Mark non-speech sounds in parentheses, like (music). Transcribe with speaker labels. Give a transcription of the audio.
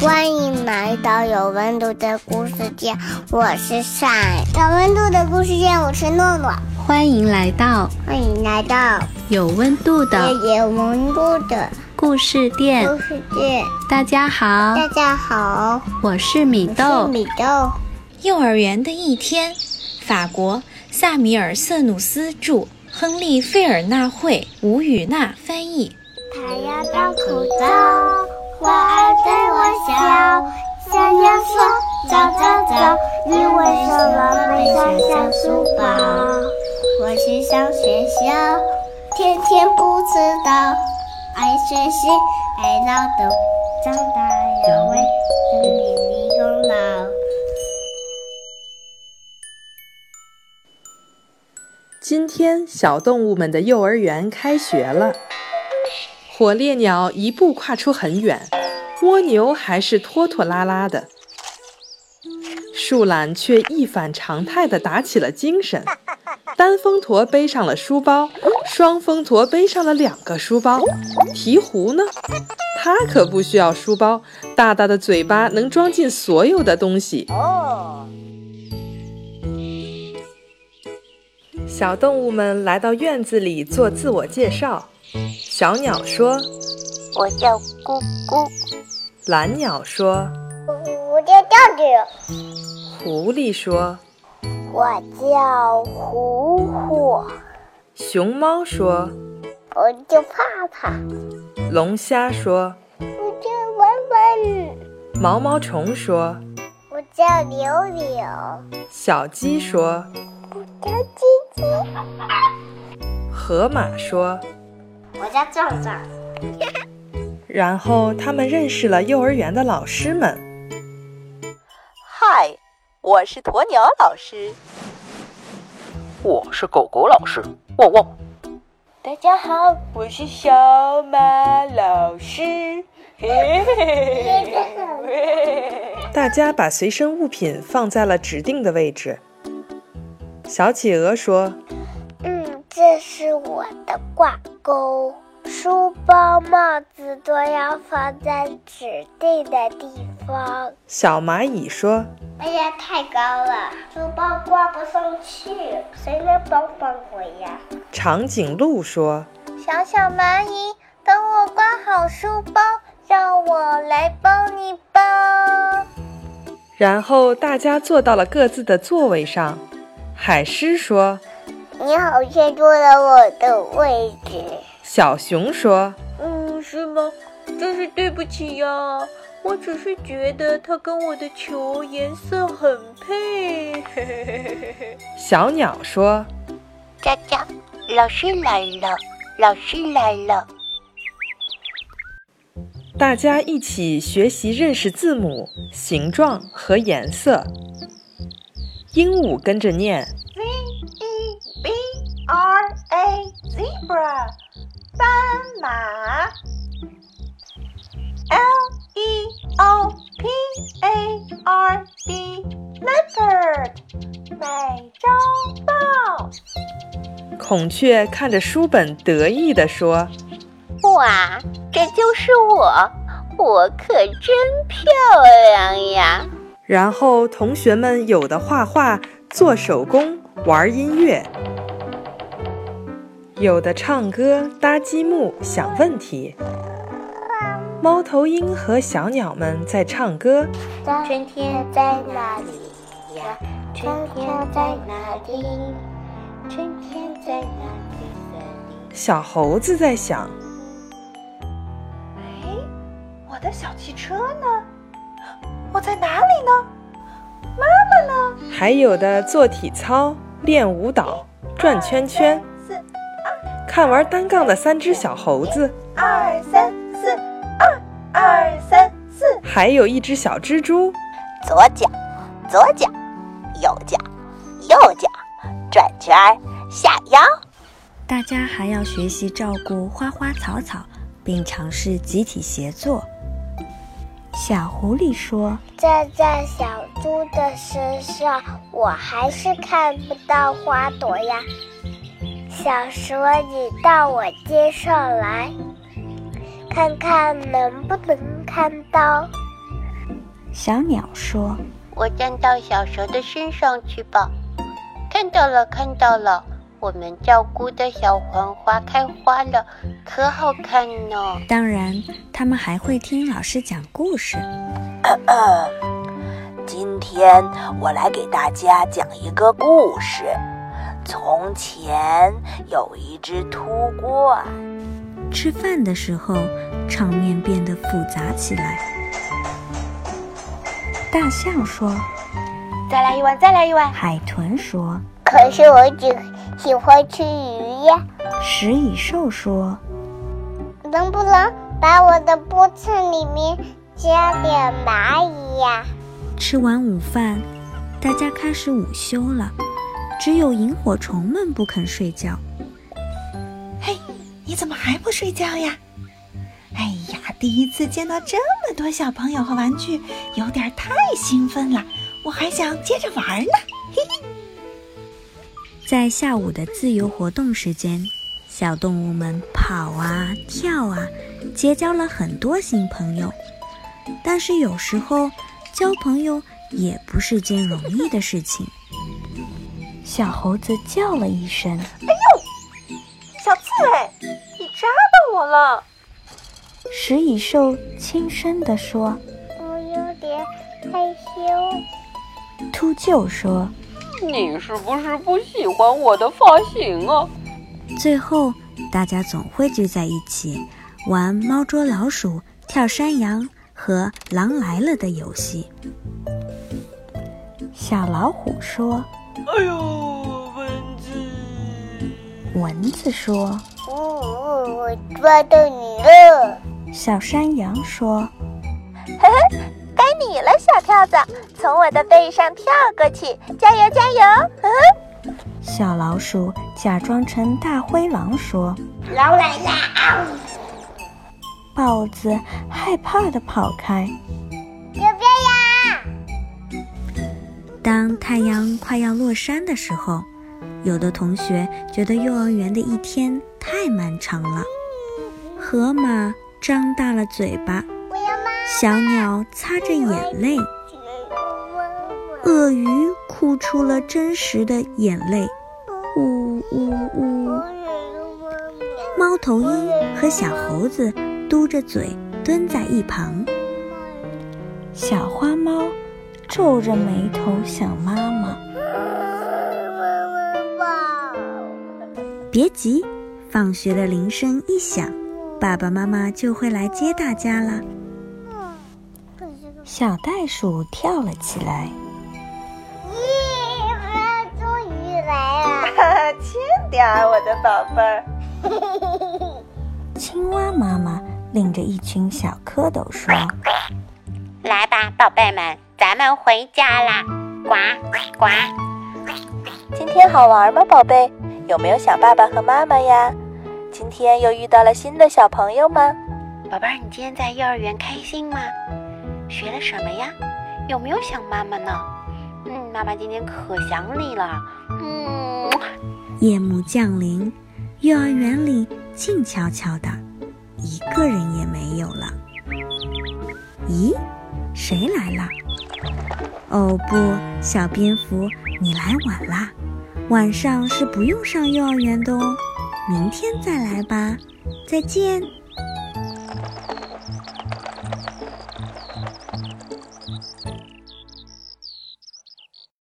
Speaker 1: 欢迎来到有温度的故事店，我是善。有温度的故事店，我是诺诺。
Speaker 2: 欢迎来到
Speaker 1: 欢迎来到
Speaker 2: 有温度的
Speaker 1: 有温度的
Speaker 2: 故事店。
Speaker 1: 故事店。
Speaker 2: 大家好，
Speaker 1: 大家好，
Speaker 2: 我是米
Speaker 1: 我是
Speaker 2: 豆。
Speaker 1: 米嗯豆。
Speaker 3: 幼儿园的一天，法国萨米尔·瑟努斯著，亨利·费尔纳会、吴语娜翻译。
Speaker 1: 太阳当口罩，花儿对我笑。小鸟说：“早早早，你为什么背上小书包？”我去上学校，天天不迟到，爱学习，爱劳动，长大要为人民立功劳。
Speaker 4: 今天小动物们的幼儿园开学了。火烈鸟一步跨出很远，蜗牛还是拖拖拉拉的，树懒却一反常态地打起了精神。单峰驼背上了书包，双峰驼背上了两个书包。鹈鹕呢？它可不需要书包，大大的嘴巴能装进所有的东西。小动物们来到院子里做自我介绍。小鸟说
Speaker 1: 我叫咕咕，：“
Speaker 4: 蓝鸟说，
Speaker 1: 我叫调调，
Speaker 4: 狐狸说，
Speaker 1: 我叫虎虎，
Speaker 4: 熊猫说，
Speaker 1: 我叫怕怕，
Speaker 4: 龙虾说，
Speaker 1: 我叫文文。
Speaker 4: 毛毛虫说，
Speaker 1: 我叫柳柳，
Speaker 4: 小鸡说，
Speaker 1: 叫鸡鸡。
Speaker 4: 河马说。”
Speaker 1: 我叫壮壮，
Speaker 4: 然后他们认识了幼儿园的老师们。
Speaker 5: 嗨，我是鸵鸟老师。
Speaker 6: 我是狗狗老师，汪汪！
Speaker 5: 大家好，我是小马老师。嘿嘿嘿
Speaker 4: 大家把随身物品放在了指定的位置。小企鹅说
Speaker 1: 嗯，这是我的挂钩，书包、帽子都要放在指定的地方。：“
Speaker 4: 小蚂蚁说，
Speaker 1: 哎呀，太高了，书包挂不上去，谁能帮帮我呀？
Speaker 4: 长颈鹿说。”
Speaker 1: 小小蚂蚁，等我挂好书包，让我来帮你吧。
Speaker 4: 然后大家坐到了各自的座位上。海狮说
Speaker 1: 你好像坐了我的位置。：“
Speaker 4: 小熊说，
Speaker 5: 嗯，是吗？真是对不起呀，我只是觉得它跟我的球颜色很配。 (laughs) 嘿嘿嘿嘿嘿。
Speaker 4: 小鸟说。
Speaker 1: 佳佳，老师来了，老师来了。”
Speaker 4: 大家一起学习认识字母、形状和颜色。鹦鹉跟着念，
Speaker 1: E B R A zebra，斑马。L E O P A R D leopard，美洲豹。
Speaker 4: 孔雀看着书本得意地说
Speaker 7: 哇，这就是我，我可真漂亮呀！：“
Speaker 4: 然后同学们有的画画、做手工、玩音乐，有的唱歌、搭积木、想问题。”猫头鹰和小鸟们在唱歌，
Speaker 7: 春天在哪里呀？春天在哪里？春天在哪里？
Speaker 4: 小猴子在想，
Speaker 5: 哎我的小汽车呢？我在哪里呢？
Speaker 4: 还有的做体操、练舞蹈、转圈圈。看玩单杠的三只小猴子，
Speaker 5: 二三四，二二三四。
Speaker 4: 还有一只小蜘蛛。
Speaker 7: 左脚，左脚，右脚，右脚，转圈儿，下腰。
Speaker 8: 大家还要学习照顾花花草草，并尝试集体协作。小狐狸说
Speaker 1: 站在小猪的身上，我还是看不到花朵呀。小蛇，你到我肩上来，看看能不能看到。
Speaker 8: 小鸟说
Speaker 7: 我站到小蛇的身上去吧。看到了，看到了，我们照顾的小黄花开花了，可好看呢。：“
Speaker 8: 当然，他们还会听老师讲故事。
Speaker 9: 今天我来给大家讲一个故事。从前有一只秃鹳，”
Speaker 8: 吃饭的时候，场面变得复杂起来。大象说
Speaker 7: 再来一碗，再来一：“碗。
Speaker 8: 海豚说，
Speaker 1: 可是我只喜欢吃鱼呀，
Speaker 8: 食蚁兽说，
Speaker 1: 能不能把我的菠菜里面加点蚂蚁呀？
Speaker 8: 吃完午饭，大家开始午休了，只有萤火虫们不肯睡觉。
Speaker 10: 你怎么还不睡觉呀？哎呀，第一次见到这么多小朋友和玩具，有点太兴奋了，我还想接着玩呢。
Speaker 8: 在下午的自由活动时间，小动物们跑啊跳啊，结交了很多新朋友。但是有时候交朋友也不是件容易的事情。小猴子叫了一声，
Speaker 5: 哎小刺猬，你扎到我了！
Speaker 8: 食蚁兽轻声地说
Speaker 1: 我有点害羞。：“
Speaker 8: 秃鹫说。
Speaker 5: 你是不是不喜欢我的发型啊？”
Speaker 8: 最后，大家总会聚在一起玩猫捉老鼠、跳山羊和狼来了的游戏。小老虎说
Speaker 5: 哎呦，蚊子！：“
Speaker 8: 蚊子说。”
Speaker 1: 呜呜，嗯我抓到你了！
Speaker 8: 小山羊说
Speaker 7: 该你了，哎小跳蚤，从我的背上跳过去，加油加油！：“
Speaker 8: 小老鼠假装成大灰狼说。”
Speaker 1: 狼来啦！
Speaker 8: 豹子害怕地跑开。
Speaker 1: 有变呀！
Speaker 8: 当太阳快要落山的时候，有的同学觉得幼儿园的一天太漫长了。河马张大了嘴巴，
Speaker 1: 我要妈
Speaker 8: 小鸟擦着眼泪，
Speaker 1: 妈。
Speaker 8: 鳄鱼哭出了真实的眼泪。呜呜呜！猫头鹰和小猴子嘟着嘴蹲在一旁。小花猫皱着眉头想妈妈。别急，放学的铃声一响，爸爸妈妈就会来接大家啦。小袋鼠跳了起来。
Speaker 1: 耶！终于来了！
Speaker 10: 轻点儿，我的宝贝儿。
Speaker 8: 青蛙妈妈领着一群小蝌蚪说
Speaker 7: 来吧，宝贝们，咱们回家啦！呱呱！
Speaker 9: 今天好玩吗，宝贝？有没有想爸爸和妈妈呀？今天又遇到了新的小朋友吗？
Speaker 7: 宝贝儿，你今天在幼儿园开心吗？学了什么呀？有没有想妈妈呢？嗯，妈妈今天可想你了。嗯，：“
Speaker 8: 夜幕降临，幼儿园里静悄悄的，一个人也没有了。咦，谁来了？哦不，小蝙蝠，你来晚啦！晚上是不用上幼儿园的哦，明天再来吧，再见。”